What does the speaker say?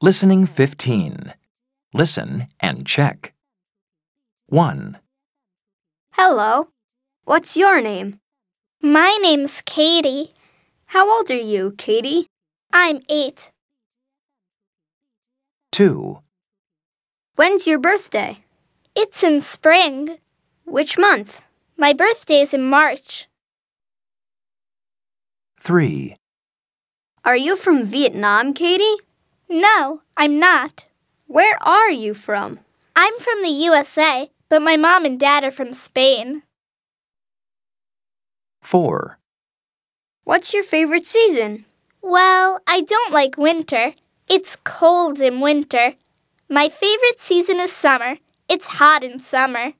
Listening 15. Listen and check. 1, Hello. What's your name? My name's Katie. How old are you, Katie? I'm eight. 2, When's your birthday? It's in spring. Which month? My birthday's in March. 3, Are you from Vietnam, Katie? No, I'm not. Where are you from? I'm from the USA, but my mom and dad are from Spain. 4, What's your favorite season? Well, I don't like winter. It's cold in winter. My favorite season is summer. It's hot in summer.